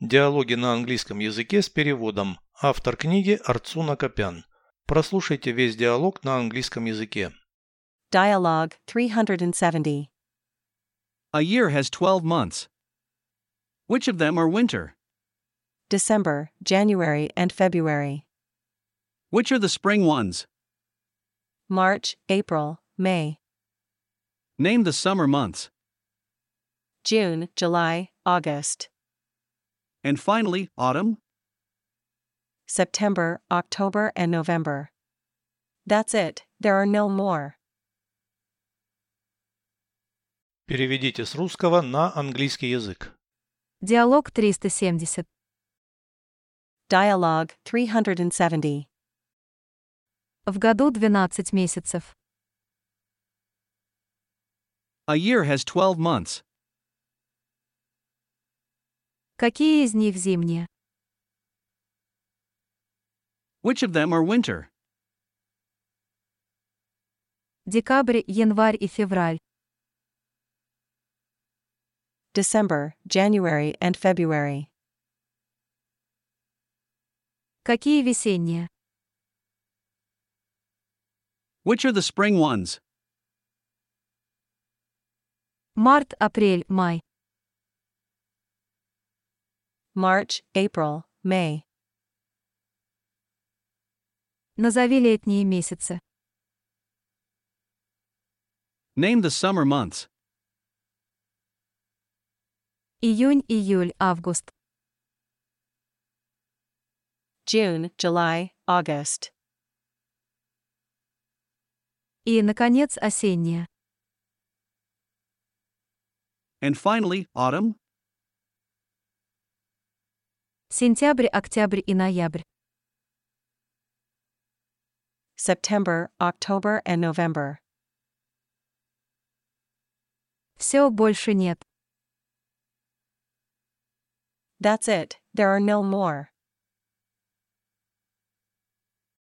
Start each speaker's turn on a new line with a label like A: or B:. A: Диалоги на английском языке с переводом. Автор книги Арцуна Копян. Прослушайте весь диалог на английском языке.
B: Dialogue 370.
C: A year has 12 months. Which of them are winter?
B: December, January, and February.
C: Which are the spring ones?
B: March, April, May,
C: Name the summer months.
B: June, July, August,
C: And finally, autumn?
B: September, October, and November. That's it, there are no more.
A: Переведите с русского на английский язык.
D: Диалог 370.
B: Dialogue 370.
D: В году 12 месяцев.
C: A year has 12 months.
D: Какие из них зимние?
C: Which of them are winter?
D: Декабрь, январь и февраль.
B: December, January, and February.
D: Какие весенние?
C: Which are the spring ones?
D: Март, апрель, май.
B: March, April, May.
D: Назови летние месяцы.
C: Name the summer months.
D: Июнь, июль, август.
B: June, July, August.
D: И, наконец, осенние.
C: And finally, autumn?
D: Сентябрь, октябрь и ноябрь.
B: September, October, and November.
D: Все больше нет.
B: That's it, there are no more.